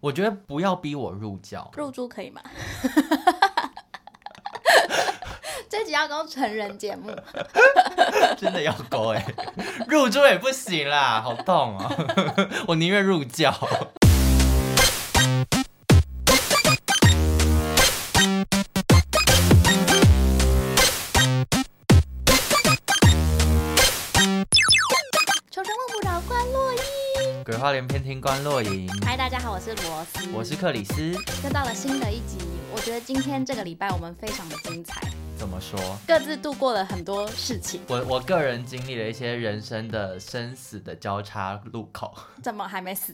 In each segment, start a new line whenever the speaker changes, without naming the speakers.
我觉得不要逼我入教，
入住可以吗？ 这集要当成人节目，
真的要勾哎、 入住也不行啦，好痛哦、 我宁愿入教。
求生问不着关洛伊。
鬼话连篇听关落营，
嗨，大家好，我是罗斯，
我是克里斯，
又到了新的一集。我觉得今天这个礼拜我们非常的精彩，
怎么说？
各自度过了很多事情，
我我个人经历了一些人生的生死的交叉路口，
怎么还没死？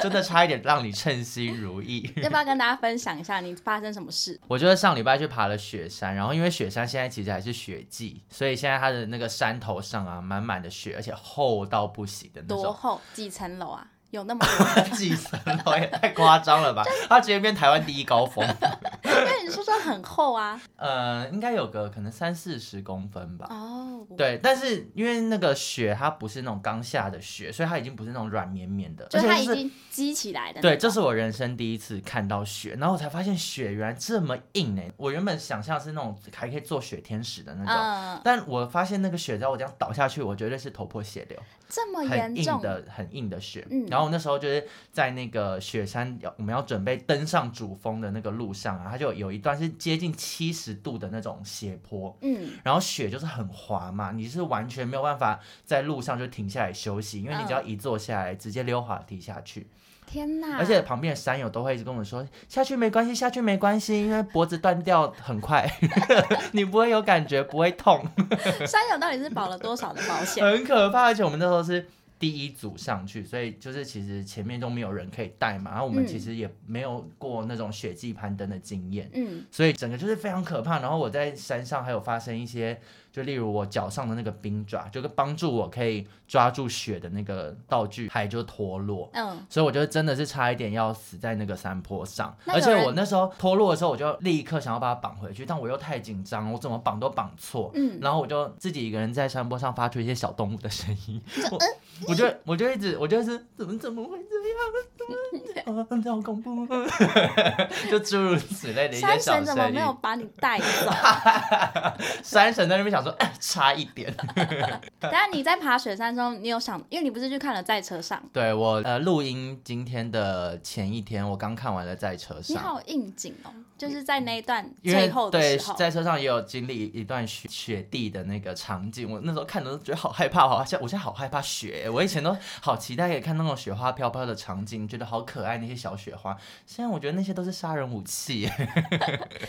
真的差一点让你称心如意。
要不要跟大家分享一下你发生什么事？
我觉得上礼拜去爬了雪山，然后因为雪山现在其实还是雪季，所以现在它的那个山头上啊，满满的雪，而且厚到不行的那
多
种。
厚？几层楼啊？有那么多？
几层楼也太夸张了吧！它直接变台湾第一高峰，
因为你说说很厚啊。
呃，应该有个可能三四十公分吧。
哦，
对，但是因为那个雪它不是那种刚下的雪，所以它已经不是那种软绵绵的，
就
而且
它已
是
经积起来的。
对，这是我人生第一次看到雪，然后我才发现雪原来这么硬哎、我原本想象是那种还可以做雪天使的那种，
嗯，
但我发现那个雪，只要我这样倒下去，我绝对是头破血流，
这么
很
哦严
硬
重，
的、很硬的雪。
嗯
然后我那时候就是在那个雪山，要我们要准备登上主峰的那个路上啊，它就有一段是接近七十度的那种斜坡，
嗯，
然后雪就是很滑嘛，你是完全没有办法在路上就停下来休息，因为你
嗯
只要一坐下来，直接溜滑梯下去。
天哪！
而且旁边的山友都会一直跟我说下去没关系，下去没关系，因为脖子断掉很快， 你不会有感觉，不会痛，
山友到底是保了多少的保险？
很可怕。而且我们那时候是第一组上去，所以就是其实前面都没有人可以带嘛，然后我们
嗯
其实也没有过那种雪季攀登的经验。
嗯，
所以整个就是非常可怕。然后我在山上还有发生一些，就例如我脚上的那个冰爪，就帮助我可以抓住雪的那个道具，还就脱落。
嗯，
所以我就真的是差一点要死在那个山坡上，
那有
而且
人
我那时候脱落的时候，我就立刻想要把它绑回去，但我又太紧张，我怎么绑都绑错。
嗯
然后我就自己一个人在山坡上发出一些小动物的声音，我我就嗯我就一直我就是怎么怎么会这样， 怎么啊，这好恐怖，就诸如此类的一些
山
小
神怎么
声音
没。有把你带走？
山神在那边想说， 哎，差一点。
但你在爬雪山中，你有想，因为你不是去看了在 车上，
对我呃，录音今天的前一天，我刚看完了在车
你
上。
好应景哦，就是在那一段
啊因
最
为
后的
对
时候，，
在车上也有经历一段雪雪地的那个场景，我那时候看的都觉得好害怕，好像我现在好害怕雪。我以前都好期待可以看那种雪花飘飘的场景，觉得好可爱那些小雪花。现在我觉得那些都是杀人武器。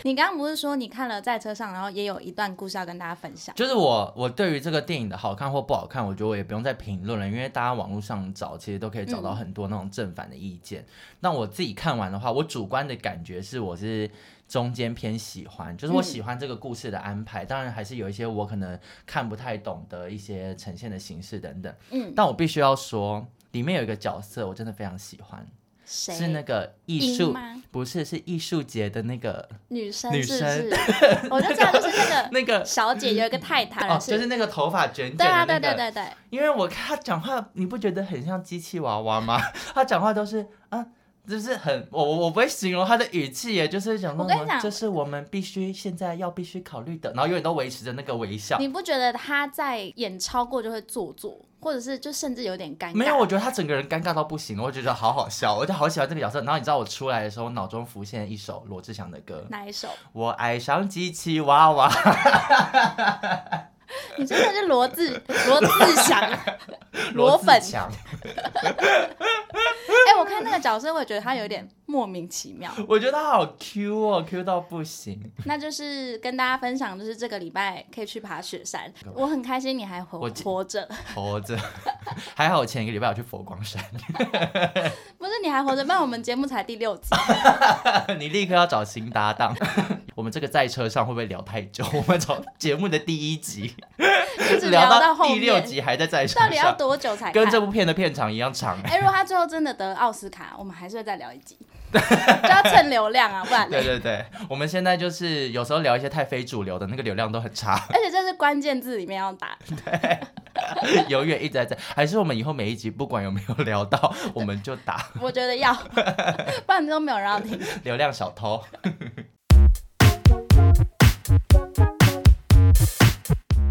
你刚刚不是说你看了在车上，然后也有一段故事要跟大家分享？
就是我我对于这个电影的好看或不好看，我觉得我也不用再评论了，因为大家网络上找其实都可以找
嗯
到很多那种正反的意见。那我自己看完的话，我主观的感觉是我是中间偏喜欢，就是我
嗯
喜欢这个故事的安排，当然还是有一些我可能看不太懂的一些呈现的形式等等。
嗯，
但我必须要说，里面有一个角色我真的非常喜欢，
谁？
是那个艺术
英吗？
不是是艺术节的那个
女生
女
是不
生
是？ 我就知道，就是那
那
个
个。
小姐有一个太 太，
哦，就是是那个头发卷卷的
呃对啊，
那个，
对对对对，
因为我看他讲话，你不觉得很像机器娃娃吗？ 他讲话都是啊，就是很我我我不会形容他的语气耶，就是讲说
我跟你
什么
讲
这是我们必须现在要必须考虑的，然后永远都维持着那个微笑。
你不觉得她在演超过就会做作，或者是就甚至有点尴尬？
没有，我觉得他整个人尴尬到不行，我觉得好好笑，我就好喜欢这个角色。然后你知道我出来的时候，脑中浮现一首罗志祥的歌《
哪一首？
我爱上机器娃娃》，
你真的是罗 志罗志祥罗
志
粉？
强，
哎、我看那个角色，我也觉得他有点莫名其妙。
我觉得他好 Q 哦，Q 到不行。
那就是跟大家分享，就是这个礼拜可以去爬雪山，我很开心你还活
我
活着，
活着， 还好我前一个礼拜我去佛光山，
不是你还活着，不然我们节目才 第六集。
你立刻要找新搭档。 我们这个在车上会不会聊太久？ 我们从节目的第一集
一直聊到
到
后
第六
面
集，还在在车
到底要
上，
多久才看
跟？这部片的片长一样长。
哎、如果他最后真的得奥斯卡，我们还是会再聊一 集，就要蹭流量啊，不然
对
嘞。
对对，我们现在就是有时候聊一些太非主流的，那个流量都很差。
而且这是关键字里面要打。
永远一直在在，还是我们以后每一集不管有没有聊 到，我们就打
我觉得要，不然都没有人要听。
流量小偷。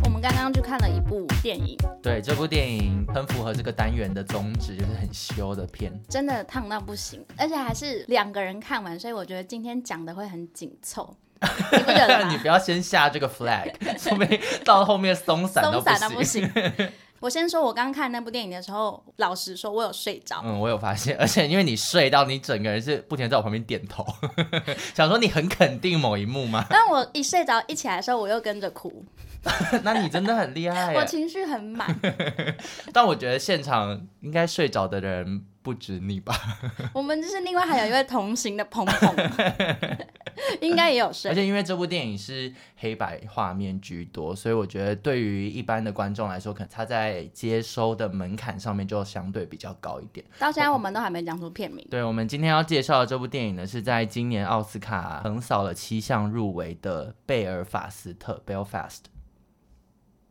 我们刚刚去看了一部电影，
对，这部电影很符合这个单元的宗旨，就是很羞的片。
真的烫到不行，而且还是两个人看完，所以我觉得今天讲的会很紧 凑，你不觉得
你
吗？
不要先下这个 flag，说 不定到后面松散都
松
不
散到不
行。
行。 我先说，我刚看那部电影的时候，老实说，我有睡 着。
嗯，我有发现，而 且因为你睡到你整个人是不停地在我旁边点头， 想说你很肯定某一幕吗？
但我一睡着，一起来的时候，我又跟着哭，
那你真的很厉害
我
耶！
情绪很满。
但我觉得现场应该睡着的人不止你吧，
我们就是另外还有一位同行的鹏 鹏，应该也有
而
睡。
且因为这部电影是黑白画面居多，所以我觉得对于一般的观众来说，可能他在接收的门槛上面就相对比较高一点。
到现在我们都还没讲出片名，
对，我们今天要介绍的这部电影呢，是在今年奥斯卡横扫了七项入围的《贝尔法斯特》（Belfast）。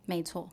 没 错。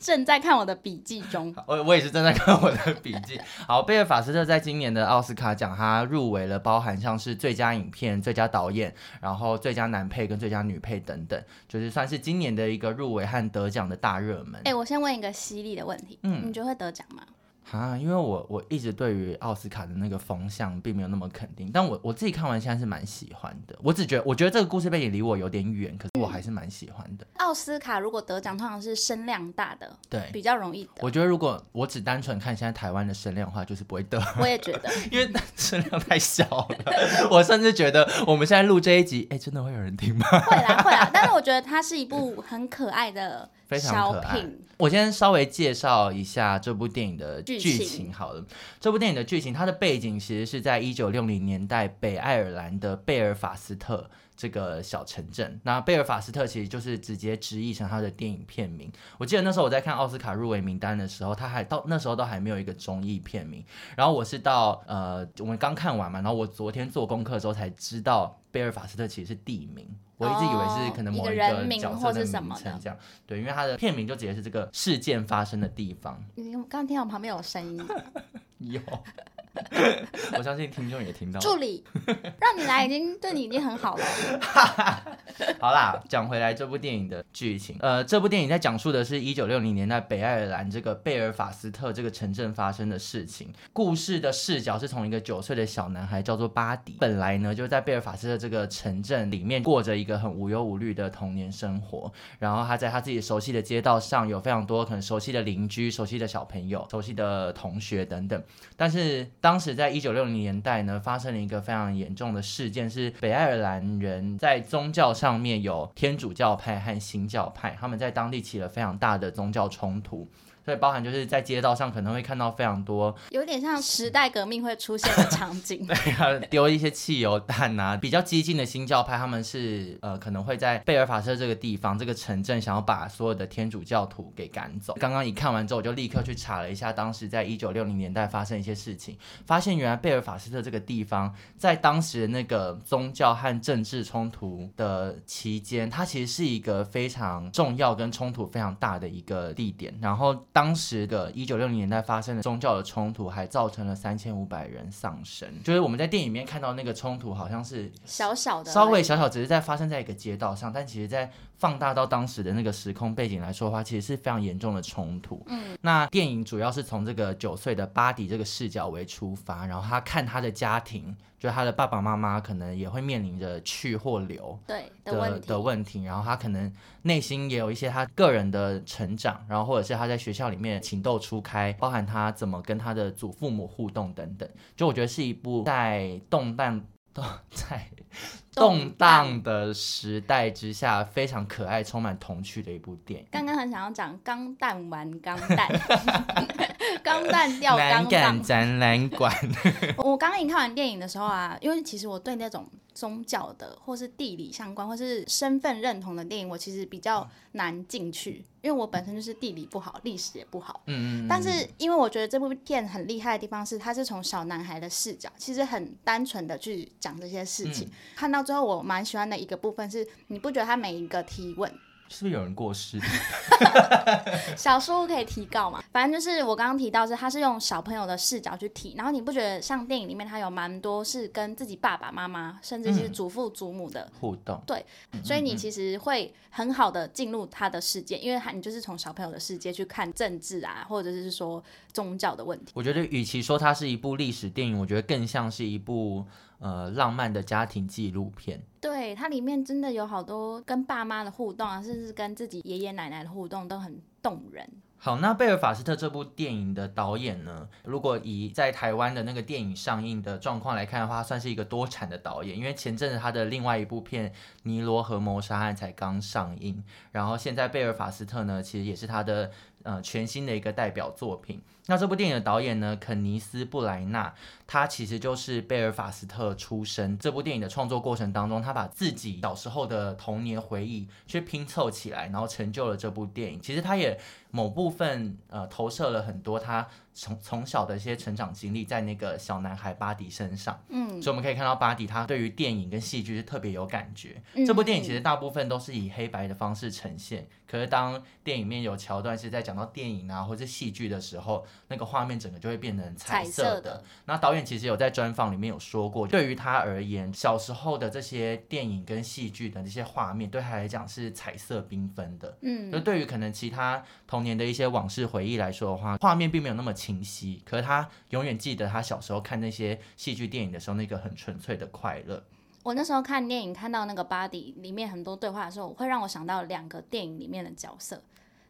正在看我的笔记中，
我我也是正在 看我的笔记。好，贝尔法斯特在今年的奥斯卡奖，他入围了包含像是最佳影片、最佳导演，然后最佳男配跟最佳女配等等，就是算是今年的一个入围和得奖的大热门
哎、。我先问一个犀利的问题，
嗯
你觉得会得奖吗？
啊，因为我我一直对于奥斯卡的那个风向并没有那么肯定，但我我自己看完现在是蛮喜欢的。我只觉得我觉得这个故事背景离我有点远，可是我还是蛮喜欢的。
奥斯卡如果得奖，通常是声量大的，
对，
比较容易得。
我觉得如果我只单纯看现在台湾的声量的话，就是不会得。
我也觉得，
因为声量太小了，我甚至觉得我们现在录这一集，哎、真的会有人听吗？
会啦会啦，但是我觉得它是一部很可爱的
非常
小
可爱
品，。
我先稍微介绍一下这部电影的剧
剧
情
情
好了。这部电影的剧情，它的背景其实是在一九六零年代北爱尔兰的贝尔法斯特这个小城镇。那贝尔法斯特其实就是直接直译成它的电影片名。我记得那时候我在看奥斯卡入围名单的时候，它还到那时候都还没有一个中译片名。然后我是到呃，我们刚看完嘛，然后我昨天做功课之后才知道贝尔法斯特其实是地名，我一直以为是可能
哦
某
一个
一
人
个
名
角色
或
的
是什
名
么
称
的
这样。对，因为它的片名就直接是这个事件发生的地方。
你刚刚听到我旁边有声音，
有， 我相信听众也听到。
助理让你来已经对你已经很好了。
好啦，讲回来这部电影的剧情，呃，这部电影在讲述的是一九六零年代北爱尔兰这个贝尔法斯特这个城镇发生的事情。故事的视角是从一个九岁的小男孩叫做巴迪，本来呢就在贝尔法斯特这个城镇里面过着一个很无忧无虑的童年生活，然后他在他自己熟悉的街道上有非常多可能熟悉的邻居、熟悉的小朋友、熟悉的同学等等。但是当时在一九六零年代呢，发生了一个非常严重的事件，是北爱尔兰人在宗教上面有天主教派和新教派，他们在当地起了非常大的宗教冲突。所以包含就是在街道上可能会看到非常多
有点像时代革命会出现的场景。
对啊，丢一些汽油弹啊。比较激进的新教派，他们是呃可能会在贝尔法斯特这个地方这个城镇，想要把所有的天主教徒给赶走。刚刚一看完之后，我就立刻去查了一下，当时在一九六零年代发生一些事情，发现原来贝尔法斯特这个地方在当时那个宗教和政治冲突的期间，它其实是一个非常重要跟冲突非常大的一个地点。然后当时的一九六零年代发生的宗教的冲突，还造成了三千五百人丧生。就是我们在电影里面看到那个冲突，好像是
小小的，
稍微小小，只是在发生在一个街道上，但其实在放大到当时的那个时空背景来说的话，其实是非常严重的冲突。嗯，那电影主要是从这个九岁的巴迪这个视角为出发，然后他看他的家庭，就是他的爸爸妈妈可能也会面临着去或留。
对的
的
问题，
的问题，然后他可能内心也有一些他个人的成长，然后或者是他在学校里面情窦初开，包含他怎么跟他的祖父母互动等等。就我觉得是一部在动荡。动在动
动
荡的时代之下，非常可爱、充满童趣的一部电影。
刚刚很想要讲钢弹玩钢弹， 钢弹掉
南
钢
港
弹。
展览 馆，
我刚刚一看完电影的时候啊，因为其实我对那种宗教的，或是地理相关，或是身份认同的电影，我其实比较难进去，因为我本身就是地理不好，历史也不好。
嗯嗯嗯，
但是，因为我觉得这部片很厉害的地方是，它是从小男孩的视角，其实很单纯的去
嗯
讲这些事情。看到最后，我蛮喜欢的一个部分是，你不觉得他每一个提问，
是不是有人过世？
小树可以提告嘛？反正就是我刚刚提到是，他是用小朋友的视角去提，然后你不觉得像电影里面他有蛮多是跟自己爸爸妈妈，甚至是祖父祖母的，
互动
所以你其实会很好的进入他的世界，因为他你就是从小朋友的世界去看政治啊，或者是说宗教的问题。
我觉得，与其说它是一部历史电影，我觉得更像是一部呃浪漫的家庭纪录片。
对，它里面真的有好多跟爸妈的互动啊，甚至是跟自己爷爷奶奶的互动都很动人。
好，那贝尔法斯特这部电影的导演呢？如果以在台湾的那个电影上映的状况来看的话，算是一个多产的导演，因为前阵子他的另外一部片《尼罗河谋杀案》才刚上映，然后现在贝尔法斯特呢，其实也是他的呃全新的一个代表作品。那这部电影的导演呢，肯尼斯·布莱纳，他其实就是贝尔法斯特出身。这部电影的创作过程当中，他把自己小时候的童年回忆去拼凑起来，然后成就了这部电影。其实他也某部分呃投射了很多他从从小的一些成长经历在那个小男孩巴迪身上，
嗯，
所以我们可以看到巴迪他对于电影跟戏剧是特别有感觉。
嗯
这部电影其实大部分都是以黑白的方式呈现，可是当电影里面有桥段是在讲到电影啊或者戏剧的时候，那个画面整个就会变成彩
彩
色
色
的
的。
那导演其实有在专访里面有说过，对于他而言，小时候的这些电影跟戏剧的这些画面，对他来讲是彩色缤纷的。
嗯，
就对于可能其他童年的一些往事回忆来说的话，画面并没有那么清晰，可是他永远记得他小时候看那些戏剧电影的时候那个很纯粹的快乐。
我那时候看电影看到那个 Body 里面很多对话的时候，我会让我想到两个电影里面的角色，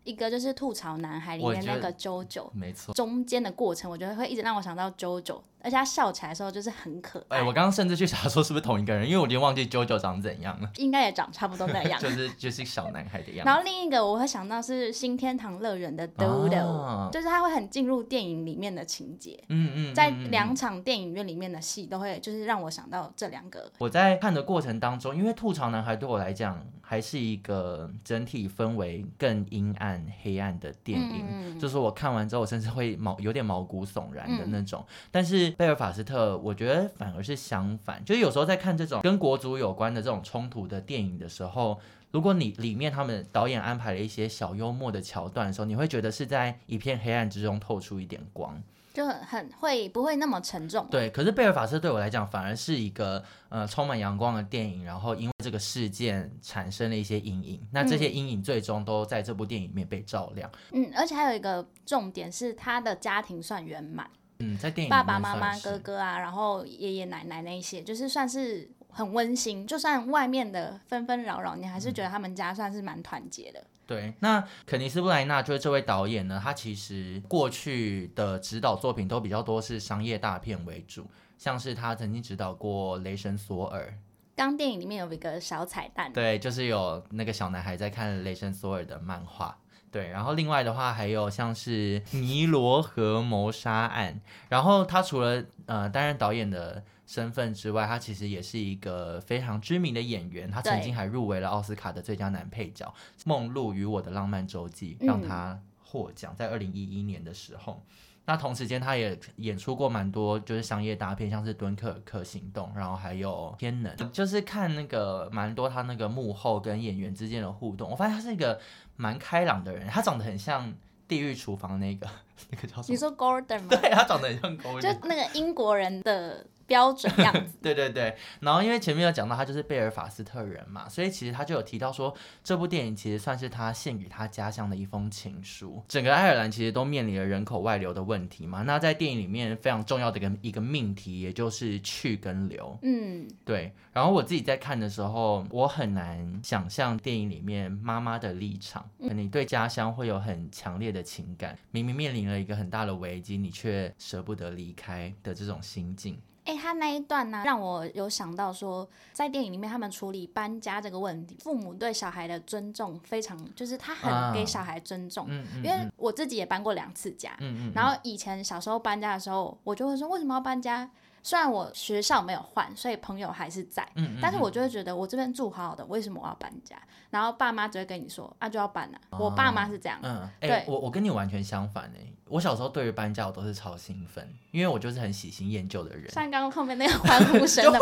一个就是《吐槽男孩》里
我
面
觉
那
得
个 JoJo，
没错，
中间的过程我觉得会一直让我想到 JoJo，而且他笑起来的时候就是很可
哎、
爱，
我刚刚甚至去想说是不是同一个人，因为我已经忘记 JoJo 长怎样了，
应该也长差不多那样。
就是就是小男孩的样子。
然后另一个我会想到是《新天堂乐园》的 Dodo，、
啊
就是他会很进入电影里面的情节，
嗯嗯，嗯
在
嗯
两场电影院里面的戏都会就是让我想到这两个嗯
我在看的过程当中，因为吐槽男孩对我来讲还是一个整体氛围更阴暗、黑暗的电
嗯
影，就是我看完之后，我甚至会毛有点毛骨悚然
嗯
的那种。但是贝尔法斯特，我觉得反而是相反，就是有时候在看这种跟国足有关的这种冲突的电影的时候。如果你里面他们导演安排了一些小幽默的桥段的时候，你会觉得是在一片黑暗之中透出一点光。
就很很会不会那么沉重。
对，可是贝尔法斯对我来讲反而是一个呃充满阳光的电影，然后因为这个事件产生了一些阴影，那这些阴影最终都在这部电影里面被照亮。
嗯，而且还有一个重点是，他的家庭算圆满，
嗯，在电影里
爸
面
爸妈妈、
算是
哥哥啊，然后爷爷奶奶那一些，就是算是很温馨。就算外面的纷纷扰扰，你还是
嗯
觉得他们家算是蛮团结的。
对，那肯尼斯布莱纳就是这位导演呢，他其实过去的指导作品都比较多是商业大片为主，像是他曾经指导过《雷神索尔》，
刚电影里面有一个小彩蛋，
对，就是有那个小男孩在看雷神索尔的漫画。对，然后另外的话还有像是《尼罗河谋杀案》，然后他除了呃担任导演的身份之外，他其实也是一个非常知名的演员，他曾
对
经还入围了奥斯卡的最佳男配角，《梦露与我的浪漫周记》
嗯
让他获奖，在二零一一年的时候。那同时间，他也演出过蛮多就是商业大片，像是《敦刻尔克行动》，然后还有《天能》，就是看那个蛮多他那个幕后跟演员之间的互动。我发现他是一个蛮开朗的人，他长得很像《地狱厨房》那个那个叫什
你
么？
说 Gordon 吗？
对，他长得很像狗
就
人。
那个英国人的标准样 子。
对对对，然后因为前面有讲到他就是贝尔法斯特人嘛，所以其实他就有提到说，这部电影其实算是他献给他家乡的一封情书。整个爱尔兰其实都面临了人口外流的问题嘛，那在电影里面非常重要的一个一个命题，也就是去跟留。
嗯，
对，然后我自己在看的时候，我很难想象电影里面妈妈的立场，你对家乡会有很强烈的情感，明明面临了一个很大的危机，你却舍不得离开的这种心境。
哎、他那一段呢、让我有想到说，在电影里面他们处理搬家这个问题，父母对小孩的尊重非常，就是他
啊
很给小孩尊重。
嗯嗯
因为我自己也搬过两次家，
嗯嗯，
然后以前小时候搬家的时候，我就会说为什么要搬家？虽然我学校没有换，所以朋友还是在，
嗯嗯
但是我就会觉得我这边住好好的，为什么我要搬家？然后爸妈只会跟你说啊就要搬啊，我爸妈是这样，
嗯，哎、
对
我我跟你完全相反哎、我小时候对于搬家我都是超兴奋，因为我就是很喜新厌旧的人。
像刚刚后面那个欢呼声的兴奋，
的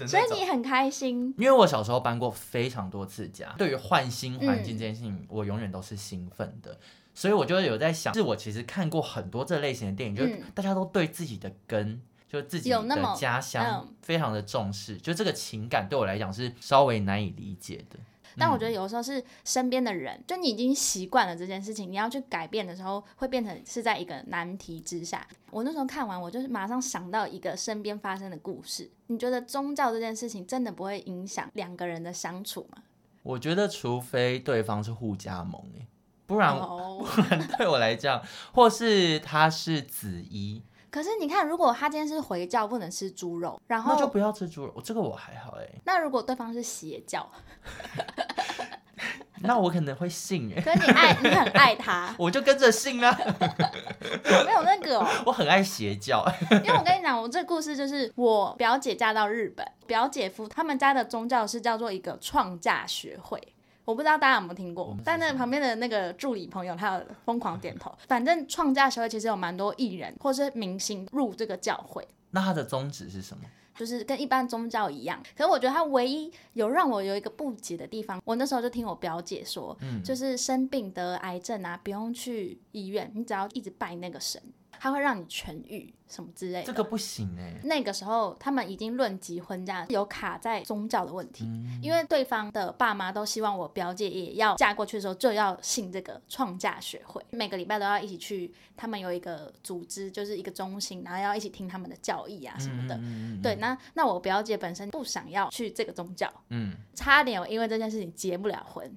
那
所以
种
你很开心。
因为我小时候搬过非常多次家，对于换新
嗯
环境这件事情，我永远都是兴奋的。所以我就有在想，是我其实看过很多这类型的电影，就是
嗯
大家都对自己的根，就自己
有那么
的家乡
嗯
非常的重视，就这个情感对我来讲是稍微难以理解的。
但
嗯
我觉得有的时候是身边的人，就你已经习惯了这件事情，你要去改变的时候，会变成是在一个难题之下。我那时候看完，我就是马上想到一个身边发生的故事。你觉得宗教这件事情真的不会影响两个人的相处吗？
我觉得除非对方是互加盟、欸，不然、
哦，
不然对我来讲，或是他是子一，
可是你看，如果他今天是回教，不能吃猪肉，然
那就
后
不要吃猪肉，这个我还好哎、
那如果对方是邪教，
那我可能会信哎、
可是你爱你很爱 他，
我就跟着信啦、
没有那个、哦。
我很爱邪教，
因为我跟你讲，我这故事就是我表姐嫁到日本，表姐夫他们家的宗教是叫做一个创价学会。我不知道大家有没有听
我
过
们，是
但那
什么
旁边的那个助理朋友，他有疯狂点头。反正创价学会其实有蛮多艺人或是明星入这个教会，
那他的宗旨是什么？
就是跟一般宗教一样。可是我觉得他唯一有让我有一个不解的地方，我那时候就听我表姐说，
嗯，
就是生病得癌症啊，不用去医院，你只要一直拜那个神，他会让你痊愈什么之类的。
这个不行哎、
那个时候他们已经论及婚嫁，有卡在宗教的问题，
嗯
因为对方的爸妈都希望我表姐也要嫁过去的时候就要信这个创价学会，每个礼拜都要一起去，他们有一个组织，就是一个中心，然后要一起听他们的教义啊什么的。
嗯，
对，那那我表姐本身不想要去这个宗教，
嗯
差点我因为这件事情结不了婚。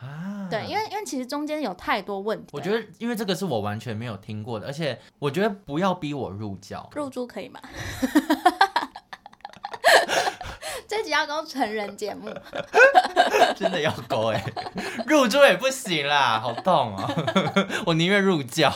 啊，
对，因为因为其实中间有太多问题
我
了。啊
觉得，因为这个是我完全没有听过的，而且我觉得不要逼我入教，
入猪可以吗？ 这集要跟成人节目，
真的要勾哎、入猪也不行啦，好痛哦、 我宁愿入教。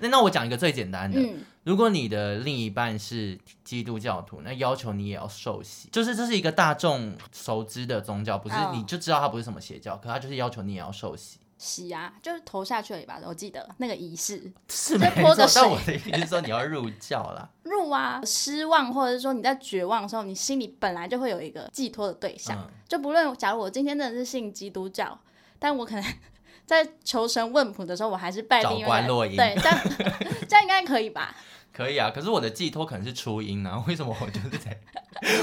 那那我讲一个最简单的，
嗯，
如果你的另一半是基督教徒，那要求你也要受洗，就是这是一个大众熟知的宗教，不是、
哦
你就知道它不是什么邪教，可它就是要求你也要受洗。
洗啊，就是投下去而已吧，我记得那个仪式
是
就
没
泼
错，
个水
但我的意思是说你要入教 啦。
入啊，失望或者是说你在绝望的时候，你心里本来就会有一个寄托的对象，
嗯
就不论假如我今天真的是信基督教，但我可能 在求神问卜的时候，我还是拜
找
另一
关
个
洛
人，
英
对，这样 这样应该可以 吧？
可以啊，可是我的寄托可能是初音啊，为什么我就是在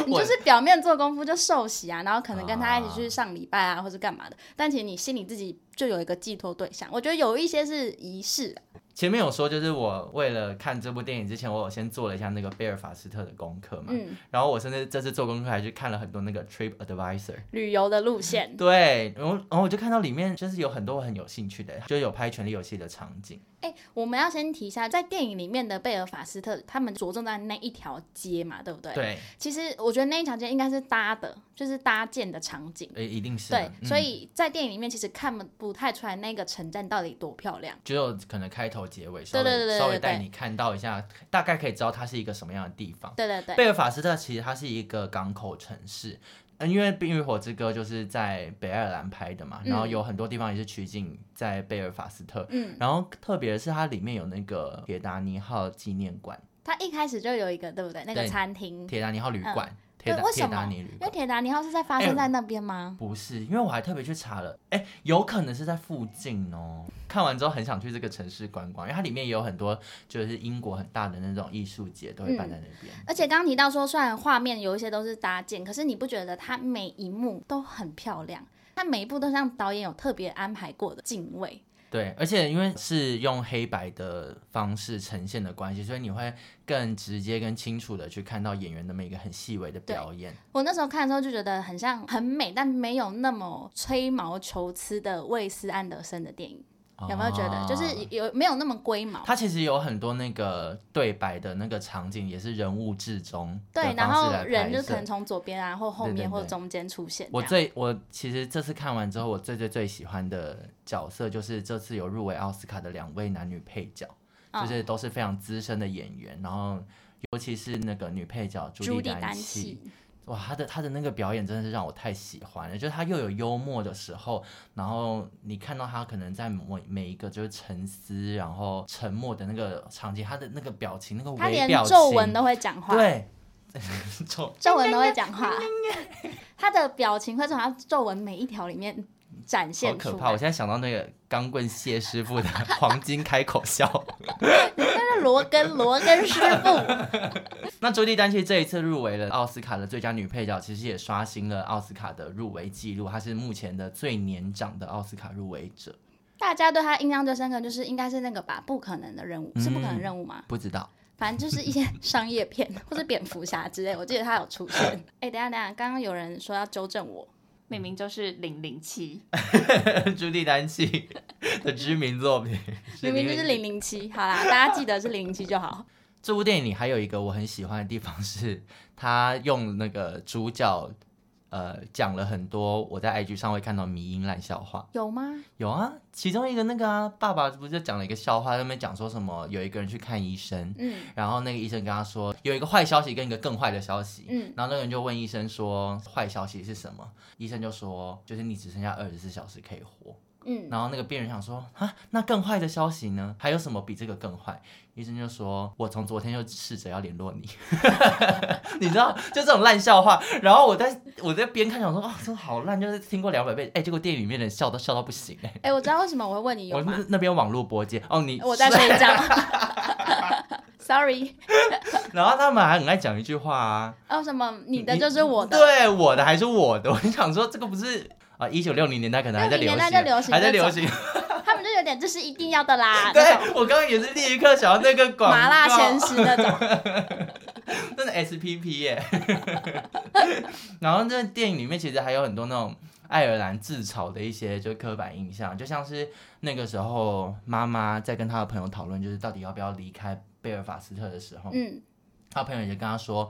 你
我
就是表面做功夫就受洗啊，然后可能跟他一起去上礼拜啊，或是干嘛的，但其实你心里自己就有一个寄托对象。我觉得有一些是仪式啊，
前面有说，就是我为了看这部电影之前，我有先做了一下那个贝尔法斯特的功课嘛，
嗯，
然后我甚至这次做功课还去看了很多那个 Trip Advisor。
旅游的路线。
对，然后然后我就看到里面就是有很多我很有兴趣的，就有拍《权力游戏》的场景。
哎、我们要先提一下，在电影里面的贝尔法斯特，他们着重在那一条街嘛，对不对？。
对，
其实我觉得那一条街应该是搭的，就是搭建的场景。
呃，一定是啊、
对，
嗯
所以在电影里面其实看不不太出来那个城镇到底多漂亮。
只有可能开头结尾稍微
对对对对
稍
对
微
对
带你看到一下，大概可以知道它是一个什么样的地方。
对对对，
贝尔法斯特其实它是一个港口城市，嗯，因为《冰与火之歌》就是在北爱尔兰拍的嘛，
嗯
然后有很多地方也是取景在贝尔法斯特。
嗯，
然后特别是它里面有那个铁达尼号纪念馆、
他一开始就有一个，对不对？那个
对
餐厅，
铁达尼号旅馆、铁
嗯对，
达
为
铁
什
达
么？
尼旅
因为
馆。
铁达尼号是在发
哎
生在那边吗？
不是，因为我还特别去查了，哎，有可能是在附近哦。看完之后很想去这个城市观光，因为它里面也有很多就是英国很大的那种艺术节都会办在那边。
而且刚刚提到说，虽然画面有一些都是搭建，可是你不觉得它每一幕都很漂亮？它每一步都像导演有特别安排过的敬畏。
对，而且因为是用黑白的方式呈现的关系，所以你会更直接、更清楚的去看到演员那么一个很细微的表演。
我那时候看的时候就觉得很像很美，但没有那么吹毛求疵的魏斯安德森的电影，有没有觉得？
啊
就是有没有那么龟毛？
它其实有很多那个对白的那个场景，也是人物至中的
对，然
方式
后
来
人
拍
就
摄
可能从左边啊，或后
对
面
对
或
对
中间出现这
我
样。
最我其实这次看完之后，我最最最喜欢的角色就是这次有入围奥斯卡的两位男女配角，
嗯
就是都是非常资深的演员，然后尤其是那个女配角朱
朱
莉
莉丹
契
契，
哇，他的他的那个表演真的是让我太喜欢了，就是他又有幽默的时候，然后你看到他可能在某每一个就是沉思，然后沉默的那个场景，他的那个表情，那个
他
微
连
表情，
皱纹都会讲话。
对，哎、 皱
皱纹都会讲话， 他的表情会从他皱纹每一条里面展
好
现
可
出
怕！我
来。
现在想到那个钢棍谢师傅的 黄金开口笑。
但是罗根，罗根师傅，
那周蒂丹其实这一次入围了奥斯卡的最佳女配角，其实也刷新了奥斯卡的入围记录，她是目前的最年长的奥斯卡入围者。
大家对他印象最深刻就是应该是那个吧，不可能的任务是不可能任务吗？
不知道，
反正就是一些 商业片或者蝙蝠侠之类，我记得他有出现。哎、等一下等一下，刚刚有人说要纠正我，
明明就是零零七，
朱蒂丹契的知名作品，
明明就是零零七。好啦，大家记得是零零七就好。
这部电影里还有一个我很喜欢的地方是，他用那个主角，呃，讲了很多我在 IG 上会看到迷因烂笑话。
有吗？
有啊，其中一个那个啊，爸爸不是就讲了一个笑话，在那边讲说什么有一个人去看医生，
嗯
然后那个医生跟他说有一个坏消息跟一个更坏的消息，
嗯，
然后那个人就问医生说坏消息是什么？医生就说就是你只剩下二十四小时可以活。
嗯，
然后那个病人想说啊，那更坏的消息呢？还有什么比这个更坏？医生就说，我从昨天就试着要联络你， 你知道，就这种烂笑话。然后我在我在边看想说啊，这好烂，就是听过两百倍，哎，结果电影里面的人笑都笑到不行哎、
哎、我知道为什么我会问你有
我
吗
那？那边网络播接哦，你
我在睡觉。Sorry，
然后他们还很爱讲一句话啊，
哦什么你的就是我的，
对，我的还是我的。我就想说，这个不是啊，一九六零年代可能还在流
60
行，
年代就流行
还在
这种
流行。
他们就有点这是一定要的啦，
啊对
那种，
我刚刚也是立刻想到那个广告，
麻辣鲜师那种。
真的 SPP 耶。 然后这电影里面其实还有很多那种爱尔兰自嘲的一些就刻板印象，就像是那个时候妈妈在跟她的朋友讨论，就是到底要不要离开贝尔法斯特的时候，
嗯，
她朋友也跟她说。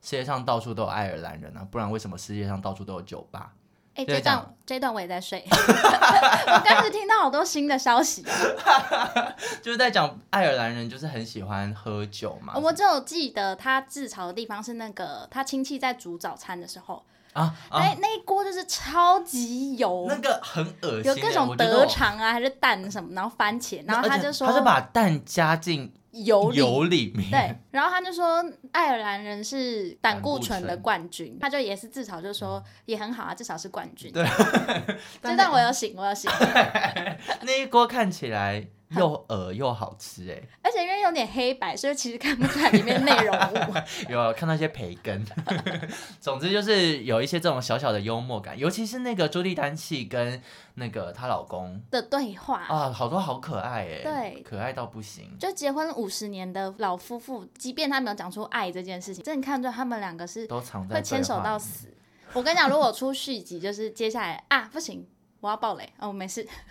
世界上到处都有爱尔兰人啊，不然为什么世界上到处都有酒吧？
哎、
对
这
讲
段这段我也在睡， 我刚才听到好多新的消息，
就是在讲爱尔兰人就是很喜欢喝酒嘛。
哦我只有记得他自嘲的地方是那个他亲戚在煮早餐的时候，
啊啊，
那、那一锅就是超级油
那。个很恶心的，
有各种
我觉得我
德肠啊，还是蛋什么，然后番茄，然后
而
他
且
就说
他是把蛋加进
油里
油里面，
对，然后他就说爱尔兰人是胆固醇
胆固
的
醇
冠军，他就也是至少就说也很好啊，至少是冠军。
对，
这段我有醒，我有醒，
那一锅看起来又恶又好吃哎、
而且因为有点黑白，所以其实看不出来里面内容物。
有啊看到一些培根， 总之就是有一些这种小小的幽默感，尤其是那个朱莉丹契跟那个她老公
的对话。
啊，好多好可爱哎、
对
可爱到不行。
就结婚五十年的老夫妇，即便他没有讲出爱这件事情，真的看出来他们两个是
都藏在
会牵手
对话
到
里
死。我跟你讲，如果出续集，就是接下来啊，不行，我要爆雷哦，没事，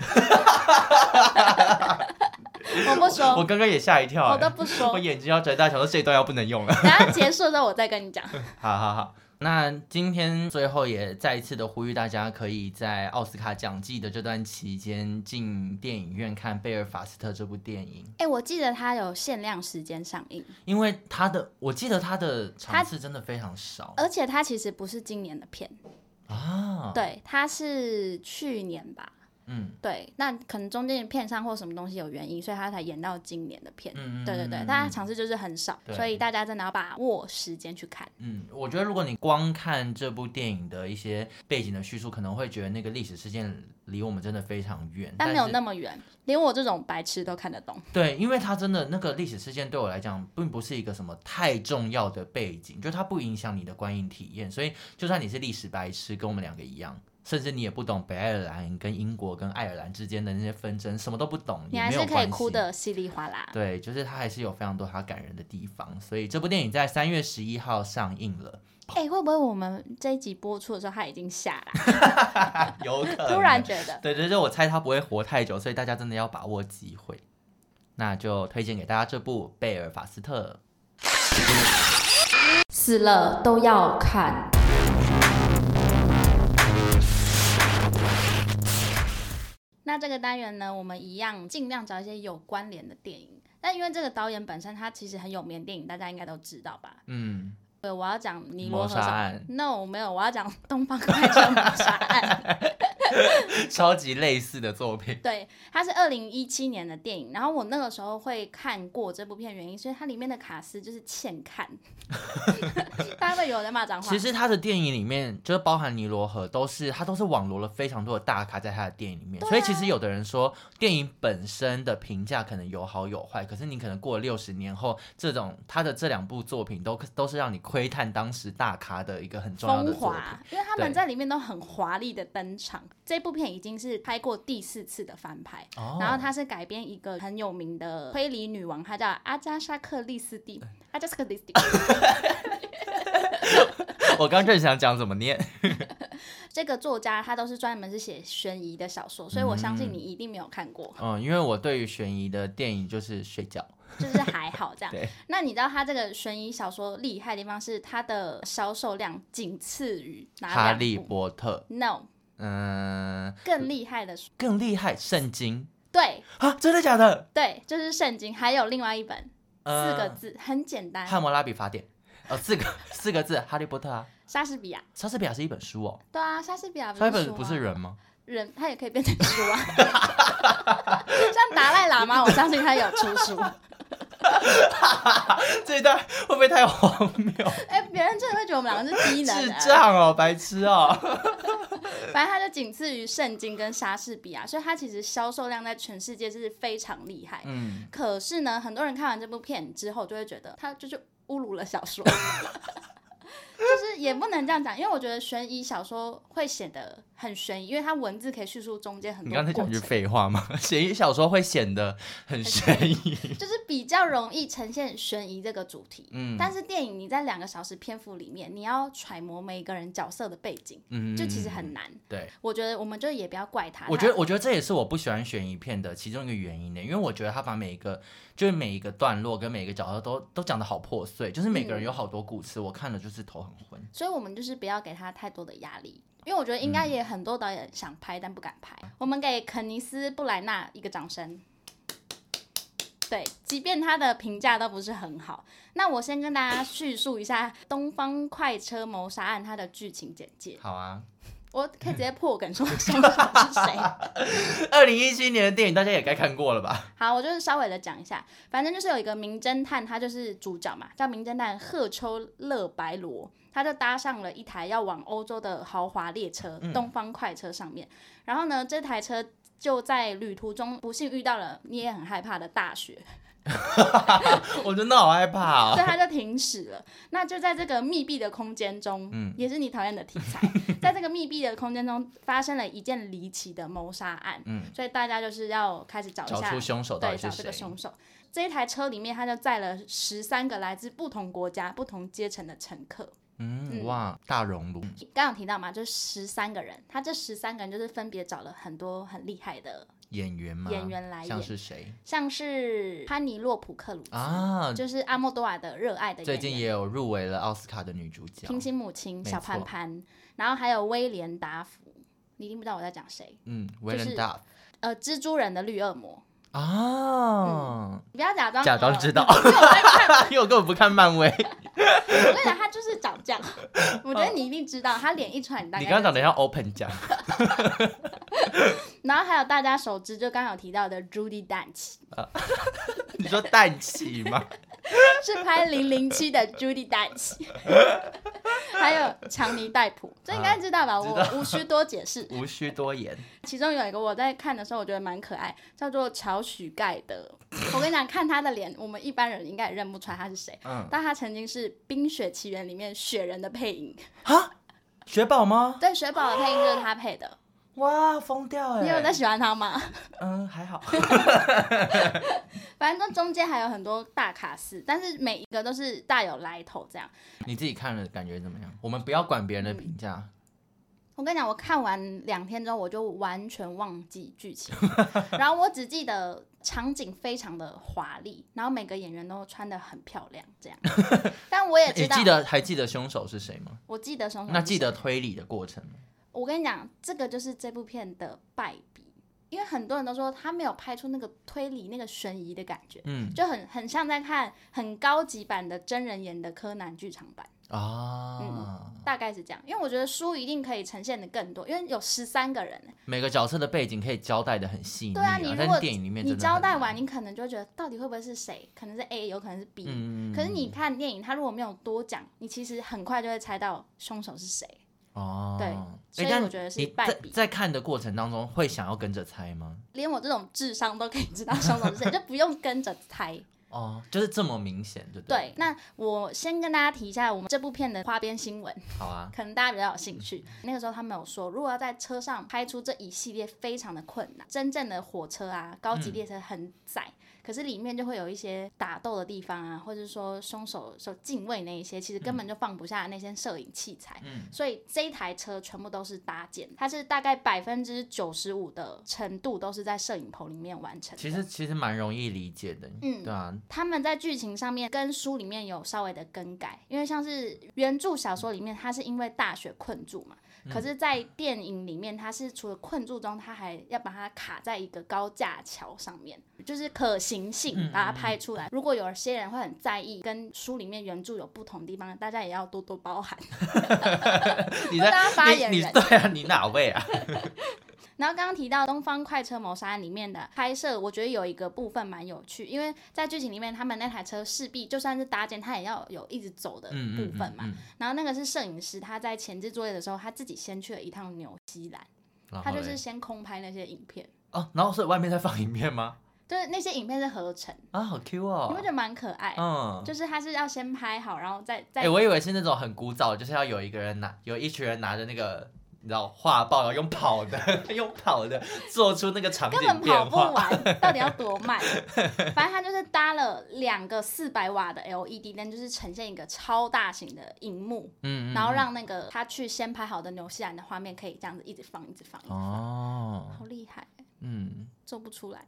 我不
我
说，
刚刚也吓一跳、
我
哎
都不说
我。眼睛要睁大，想说这一段要不能用了。
等下结束之后我再跟你讲。
好好好，那今天最后也再一次的呼吁大家，可以在奥斯卡奖季的这段期间进电影院看《贝尔法斯特》这部电影，
哎、我记得它有限量时间上映，
因为它的我记得它的场次真的非常少
而且它其实不是今年的片，
哦啊。，
呃对，它是去年吧。
嗯
对，那可能中间的片商或什么东西有原因，所以它才延到今年的片。
嗯嗯，
对对对，
嗯
但它场次就是很少，
对
所以大家真的要把握时间去看。
嗯，我觉得如果你光看这部电影的一些背景的叙述，可能会觉得那个历史事件离我们真的非常远，
但没有
是
那么远，连我这种白痴都看得懂。
对，因为它真的那个历史事件对我来讲，并不是一个什么太重要的背景，就它不影响你的观影体验。所以，就算你是历史白痴，跟我们两个一样，甚至你也不懂北爱尔兰跟英国跟爱尔兰之间的那些纷争，什么都不懂，
你
也
还
没有
是可以
关
哭
系。
的稀里哗啦。
对，就是它还是有非常多它感人的地方。所以这部电影在三月十一号上映了，
哎、会不会我们这一集播出的时候它已经下 了？
有可能
突然觉 得，
对对对，我猜他不会活太久，所以大家真的要把握机会。那就推荐给大家这部《贝尔法斯特》。
死了都要看。那这个单元呢，我们一样尽量找一些有关联的电影。但因为这个导演本身他其实很有名的电影，大家应该都知道吧？
嗯，
对，我要讲《尼罗
谋
河
杀
上
案。
No，没有，我要讲《东方快车谋杀案》
超级类似的作品。
对，它是二零一七年的电影，然后我那个时候会看过这部片，原因是它里面的卡斯就是欠 看，大家会有人骂脏话。
其实他的电影里面，就是包含尼罗河，都是他都是网罗了非常多的大咖在他的电影里面。
对啊
所以其实有的人说，电影本身的评价可能有好有坏，可是你可能过了六十年后，这种他的这两部作品都都是让你窥探当时大咖的一个很重要的
风
作品。
华，因为他
对
们在里面都很华丽的登场。这部片已经是拍过第四次的翻拍，
哦
然后它是改编一个很有名的推理女王，她叫阿加莎·克里斯蒂。阿加莎·克里斯蒂
我刚正想讲怎么念，
这个作家，她都是专门是写悬疑的小说，所以我相信你一定没有看过，
嗯，因为我对于悬疑的电影就是睡觉。
就是还好这样
对。
那你知道她这个悬疑小说厉害的地方是她的销售量仅次于哪
哈
两
利
部
波特，
？No，
嗯，
更厉害的是，
更厉害，圣经
对
啊，真的假的？
对，就是圣经，还有另外一本。
呃
四个字，很简单，
《汉谟拉比法典》呃，四个四个字，《哈利波特》啊，
莎士比亚。
莎士比亚是一本书哦，
对啊，莎士比亚不
莎士比
是书
亚
吗
不是人吗？
人，他也可以变成书啊。 像达赖喇嘛，我相信他有出书。
这一段会不会太荒 谬？
哎、别人真的会觉得我们两个是低能
智
的、
障哦，白痴 哦！
反正他就仅次于圣经跟莎士比亚，所以他其实销售量在全世界是非常厉害。
嗯，
可是呢，很多人看完这部片之后，就会觉得他就是侮辱了小说。 就是也不能这样讲，因为我觉得悬疑小说会显得很悬疑，因为它文字可以叙述中间很多
你
过
刚才
程。
讲一句废话吗？写一小说会显得很悬疑。
就是比较容易呈现悬疑这个主题。
嗯
但是电影你在两个小时篇幅里面，你要揣摩每一个人角色的背景，
嗯
就其实很难。
对。
我觉得我们就也不要怪他。
我觉得，
他
我觉得这也是我不喜欢悬疑片的其中一个原因呢，因为我觉得他把每一个就是每一个段落跟每一个角色都都讲的好破碎，就是每个
嗯
人有好多故事，我看了就是头很昏。
所以我们就是不要给他太多的压力。因为我觉得应该也很多导演想拍，但不敢拍。我们给肯尼斯·布莱纳一个掌声。对，即便他的评价都不是很好，那我先跟大家叙述一下《东方快车谋杀案》它的剧情简介。
好啊，
我可以直接破梗说 凶手是谁。
二零一七年的电影大家也该看过了吧？
好，我就是稍微的讲一下，反正就是有一个名侦探，他就是主角嘛，叫名侦探赫丘勒白罗，他就搭上了一台要往欧洲的豪华列车——
嗯
东方快车上面。然后呢，这台车就在旅途中不幸遇到了你也很害怕的大雪，
我真的好害怕哦。
所以他就停驶了。那就在这个密闭的空间中，
嗯
也是你讨厌的题材，在这个密闭的空间中发生了一件离奇的谋杀案。所以大家就是要开始找一
嗯找
下
出凶手到
对，
底
找
是
这个
谁？
凶手。这一台车里面，它就载了十三个来自不同国家、不同阶层的乘客。
嗯，
嗯
哇，大熔炉，
刚刚有提到嘛，就是十三个人，他这十三个人就是分别找了很多很厉害的，
演员吗？
演员来演
像是谁
像是潘尼洛普·克鲁兹，
啊？
就是阿莫多瓦的热爱的
最
演
近
员，
也有入围了奥斯卡的女主角。
平行母亲
没
小潘
错
潘，然后还有威廉·达福，你一定不知道我在讲谁，
嗯，维
就
伦
是
达
呃，蜘蛛人的绿恶魔，
啊，
你不要假装
假装
嗯呃
知道
因为我在看
因为我根本不看漫威。
我跟你讲，他就是长这样， 我觉得你一定知道，他脸一出来，你大概
你
就
刚刚讲的要 open 讲，
然后还有大家熟知，就刚刚有提到的 Judy Dench，
你说氮气吗？
是拍《零零七》的 Judy Dench，还有强尼戴普，这应啊该知道吧？我无需多解释。
无需多言。
其中有一个我在看的时候，我觉得蛮可爱，叫做乔许盖德。我跟你讲，看他的脸，我们一般人应该也认不出来他是谁，
嗯，
但他曾经是《冰雪奇缘》里面雪人的配音，
啊雪宝吗？
对，雪宝的配音就是他配的。
哇，疯掉哎！
你有在喜欢他吗？
嗯，还好。
反正中间还有很多大卡司，但是每一个都是大有来头这样。
你自己看了感觉怎么样？我们不要管别人的
嗯
评价。
我跟你讲，我看完两天之后，我就完全忘记剧情，然后我只记得场景非常的华丽，然后每个演员都穿的很漂亮，这样。但我也知
你
道，
记得还记得凶手是谁吗？
我记得什么？
那记得推理的过程吗？
我跟你讲，这个就是这部片的败笔。因为很多人都说他没有拍出那个推理、那个悬疑的感觉，
嗯
就很很像在看很高级版的真人演的柯南剧场版，
啊，
大概是这样。因为我觉得书一定可以呈现的更多，因为有十三个人，
每个角色的背景可以交代的很细腻、
对啊，你如
但
果
是电影里面
你
真的
交
很
代
难
完，你可能就会觉得到底会不会是谁？可能是 A，有可能是 B。
嗯，
可是你看电影，他如果没有多讲，你其实很快就会猜到凶手是谁。
哦，
对
哎
所以
但
我觉得是
你
败笔
在在看的过程当中会想要跟着猜吗？
连我这种智商都可以知道凶手是 谁，就不用跟着猜。
哦，就是这么明显，对不
对，那我先跟大家提一下我们这部片的花边新闻，
好啊，嗯
可能大家比较有兴趣。那个时候他们有说，如果要在车上拍出这一系列，非常的困难。真正的火车啊，高级列车很窄，
嗯
可是里面就会有一些打斗的地方啊，或者是说凶手手敬畏那一些，其实根本就放不下那些摄影器材。
嗯
所以这一台车全部都是搭建，它是大概百分之九十五的程度都是在摄影棚里面完成的。
其实其实蛮容易理解的，
嗯
对啊，
他们在剧情上面跟书里面有稍微的更改，因为像是原著小说里面，他是因为大雪困住嘛，可是，在电影里面，他是除了困住中，他还要把它卡在一个高架桥上面，就是可行性把它拍出来。如果有些人会很在意跟书里面原著有不同的地方，大家也要多多包涵。
你
大家发言
你你
人
对啊，你哪位啊？
然后刚刚提到《东方快车谋杀案》里面的拍摄，我觉得有一个部分蛮有趣，因为在剧情里面，他们那台车势必就算是搭建，它也要有一直走的
嗯
部分嘛。
嗯嗯嗯
然后那个是摄影师，他在前置作业的时候，他自己先去了一趟纽西兰，
然
他
后
就是
啊嘞
先空拍那些影片，
哦，然后所以外面在放影片吗？
就是那些影片是合成，
啊，好 Q
你会
哦
觉，得蛮可爱。
嗯。
就是他是要先拍好，然后再再、
哎、我以为是那种很古早，就是要有一个人拿，有一群人拿着那个，你知道画报，然后用跑的， 用跑的做出那个场景
根本跑
变
不
化。
完，到底要多慢？ 反正他就是搭了两个四百瓦的 LED 灯，就是呈现一个超大型的荧幕，
嗯嗯
然后让那个他去先拍好的纽西兰的画面可以这样子一直放，一直放，一直放
哦，
好厉害，
嗯，
做不出来。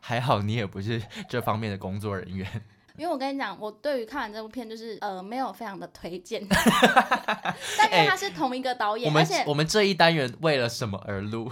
还好你也不是这方面的工作人员。
因为我跟你讲，我对于看完这部片就是呃没有非常的推荐， 但因为他是同一个导
哎我
演，而
们
且嗯
我们这一单元为了什么而录？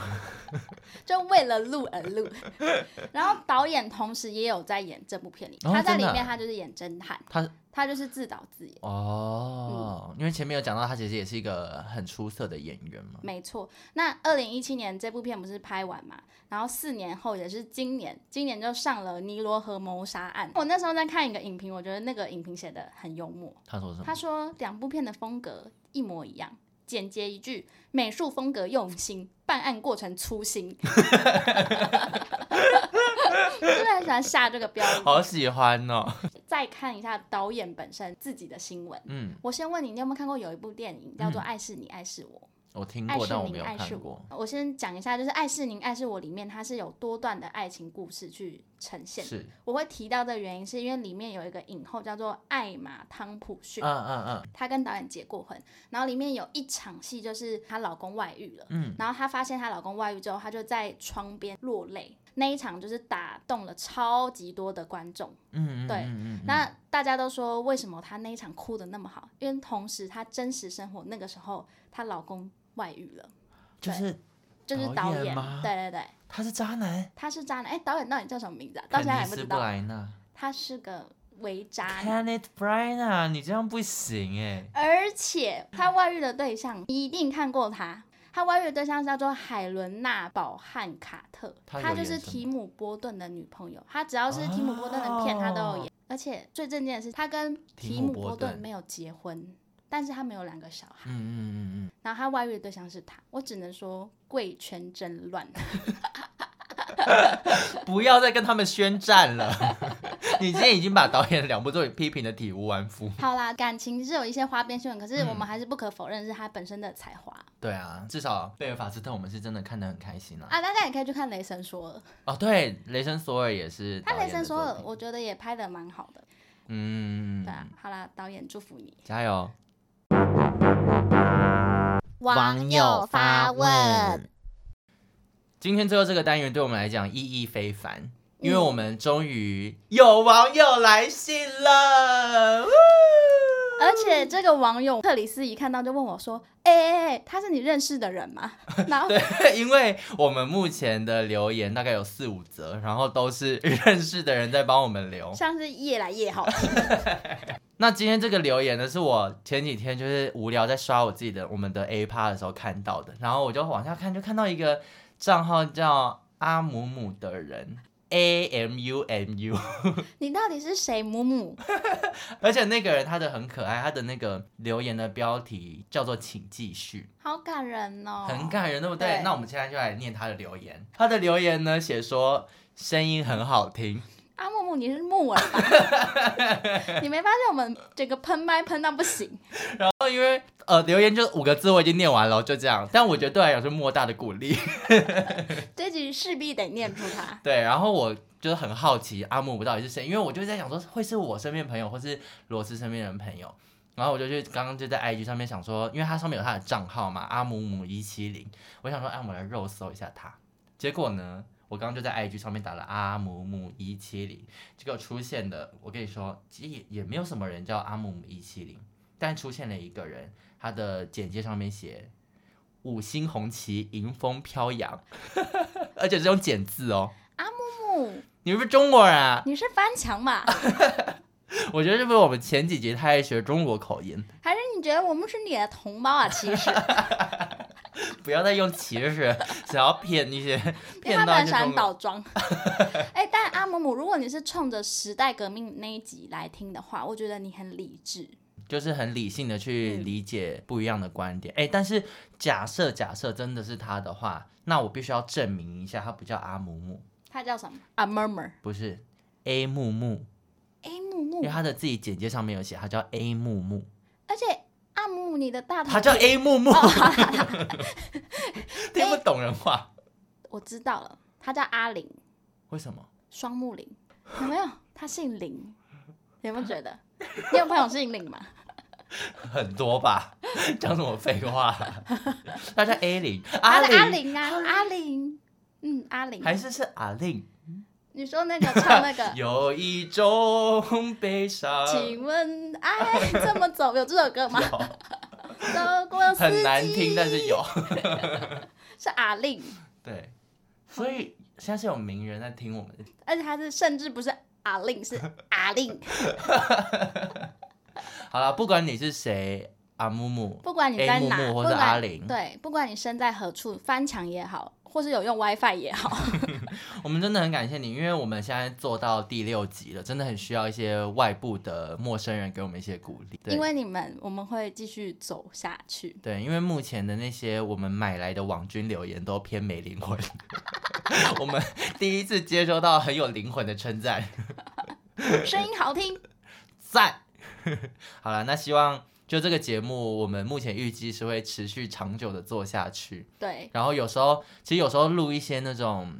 就为了录而录， 然后导演同时也有在演这部片里，
哦
他在里
真的啊
面他就是演侦探，
他
他就是自导自演。
哦，因为前面有讲到他其实也是一个很出色的演员嘛。
没错，那二零一七年这部片不是拍完嘛？然后四年后，也是今年，今年就上了《尼罗河谋杀案》。我那时候在看一个影评，我觉得那个影评写的很幽默。
他说什么？
他说两部片的风格一模一样，简洁一句：美术风格用心，办案过程粗心。 我真的很喜欢下这个标
好
语。
喜欢哦。
再看一下导演本身自己的新闻。
嗯，
我先问你，你有没有看过有一部电影叫做《爱是你，爱是我》？
我听
爱
过，
是
但我没
您，
有
爱是
看
我
过。。
我先讲一下，就是《爱是您，爱是我》里面它是有多段的爱情故事去呈现。
是，
我会提到的原因是因为里面有一个影后叫做艾玛·汤普逊，
嗯嗯嗯，
她跟导演结过婚，然后里面有一场戏就是她老公外遇了，
嗯，
然后她发现她老公外遇之后，她就在窗边落泪。那一场就是打动了超级多的观众，
嗯嗯，
对
嗯嗯嗯
那大家都说为什么她那一场哭的那么好？因为同时她真实生活那个时候她老公外遇了。
就是
就是
导
导
演
演，
吗
对对对，
他是渣男，
他是渣男。哎，导演到底叫什么名字啊？到
肯
现在还
尼
不
斯
知
布
道。啊
莱纳。
他是个伪渣男，
Kenneth Bryan 啊，你这样不行哎、
而且他外遇的对象你一定看过他。他外遇的对象叫做海伦娜·宝汉卡特，
她有
她就
演
是
什么
提姆波顿的女朋友。她只要是提姆波顿的片，她都有演。而且最正经的是，她跟
哦提
提
姆
姆
波
波
顿
顿没有结婚，但是他们有两个小孩。
嗯嗯嗯
然后他外遇的对象是他，我只能说贵圈真乱。
嗯，不要再跟他们宣战了。 你今天已经把导演的两部作品批评的体无完肤。
好啦，感情是有一些花边新闻，可是我
嗯
们还是不可否认是他本身的才华、
对啊，至少贝尔法斯特我们是真的看得很开心啦、
啊。大家也可以去看《雷神索尔》，
哦，对，雷神索尔也是
他
导
《
演
雷
的
神索尔
作》品
我觉得也拍的蛮好的。
嗯，
对啊，好啦，导演祝福你。
加油。
网友发问，
今天最后这个单元对我们来讲意义非凡，
嗯
因为我们终于有网友来信了。呜
而且且这个网友克里斯一看到就问我说：“哎哎哎，他是你认识的人吗？” 然后
对， 因为我们目前的留言大概有四五则，然后都是认识的人在帮我们留。
像是夜来夜好，
那今天这个留言呢，是我前几天就是无聊在刷我自己的我们的 A 趴的时候看到的，然后我就往下看，就看到一个账号叫阿姆姆的人。A M U M U，
你到底是谁？母母，
而且那个人他的很可爱，他的那个留言的标题叫做“请继续
好感人”，哦，
很感人，对不对
对？
那我们现在就来念他的留言。他的留言呢，写说声音很好听，
阿啊木木，你是木耳吧？ 你没发现我们这个喷麦喷到不行？
然后因为呃留言就五个字我已经念完了，就这样。但我觉得对我来讲是莫大的鼓励。
这集势必得念出它。
对，然后我就是很好奇阿木到底是谁，因为我就在想说会是我身边朋友，或是罗斯身边人朋友。然后我就去刚刚就在 IG 上面想说，因为他上面有他的账号嘛，阿姆姆一七零，我想说，哎、我来肉搜一下他。结果呢，我刚刚就在 IG 上面打了阿姆姆一七零，结果出现的，我跟你说，其实也也没有什么人叫阿姆姆一七零，但出现了一个人，他的简介上面写五星红旗迎风飘扬， 而且是用简字哦。
木木，
你是不是中国人啊？
你是翻墙吧？
我觉得是不是我们前几集太爱学中国口音？
还是你觉得我们是你的同胞啊？其实，
不要再用歧 视，想要骗一些
因为
骗
他们
到一些
很喜
中
欢
国。
倒装。哎、但阿姆姆，如果你是冲着时代革命那一集来听的话，我觉得你很理智。
就是很理性的去理解不一样的观点。哎、但是假设假设真的是他的话，那我必须要证明一下，他不叫阿姆姆，
他叫什么？啊，murmur。
不是 A 木木，
哎，木
因
木
为，他的自己简介上面有写，他叫 A 木木，
而且阿姆姆，你的大头，
他叫 A 木木，
哦
听不懂人话，
我知道了，他叫阿林，
为什么？
双木林，有没有？他姓林，你有没有觉得？你有朋友姓林吗？
很多吧，讲什么废 话？他叫 A 零，
他是阿
零。
林啊，阿林，嗯，阿林。
还是是阿令，
你说那个唱那个，
有呃一种悲伤，
请问爱这么走有这首歌 吗？
有
走过四
很难听，
季
但是 有。
是阿令，
对，所以现在是有名人在听我们的，
而且他是甚至不是阿令，是 阿令。
好了，不管你是谁，阿木木，
不管你在
A 木
哪，
木
不
或是
管
阿玲
对，不管你身在何处，翻墙也好，或是有用 WiFi 也好，
我们真的很感谢你，因为我们现在做到第六集了，真的很需要一些外部的陌生人给我们一些鼓励，对
因。为你们我们会继续走下 去。
对，因为目前的那些我们买来的网军留言都偏没灵 魂， 我们第一次接收到很有灵魂的称赞，
声音好听，
赞。 好了，那希望就这个节目，我们目前预计是会持续长久的做下去。
对，
然后有时候，其实有时候录一些那种。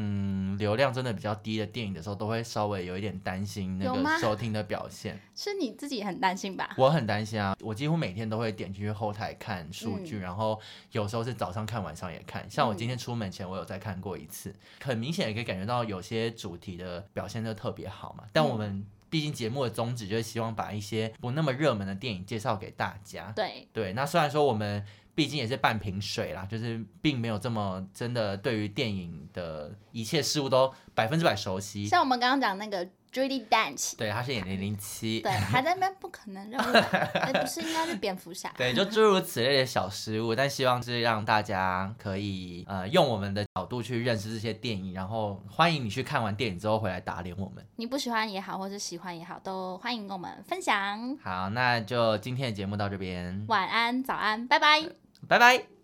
嗯，流量真的比较低的电影的时候，都会稍微有一点担心那
有
个
吗
收听的表现。
是你自己很担心 吧？
我很担心啊，我几乎每天都会点进去后台看数据，然后有时候是早上看，晚上也看。像我今天出门前，我有再看过一次，很明显也可以感觉到有些主题的表现就特别好嘛。但我们毕竟节目的宗旨就是希望把一些不那么热门的电影介绍给大家。
对，
对，那虽然说我们毕竟也是半瓶水啦，就是并没有这么真的对于电影的一切事物都百分之百熟悉。
像我们刚刚讲那个 Judy Dench，
对，他是演零零七，
对，还在那边不可能任务，哎，不是应该是蝙蝠侠？
对，就诸如此类的小失误，但希望是让大家可以呃用我们的角度去认识这些电影，然后欢迎你去看完电影之后回来打脸我们。
你不喜欢也好，或是喜欢也好，都欢迎跟我们分享。
好，那就今天的节目到这边，
晚安，早安，拜拜。
拜拜。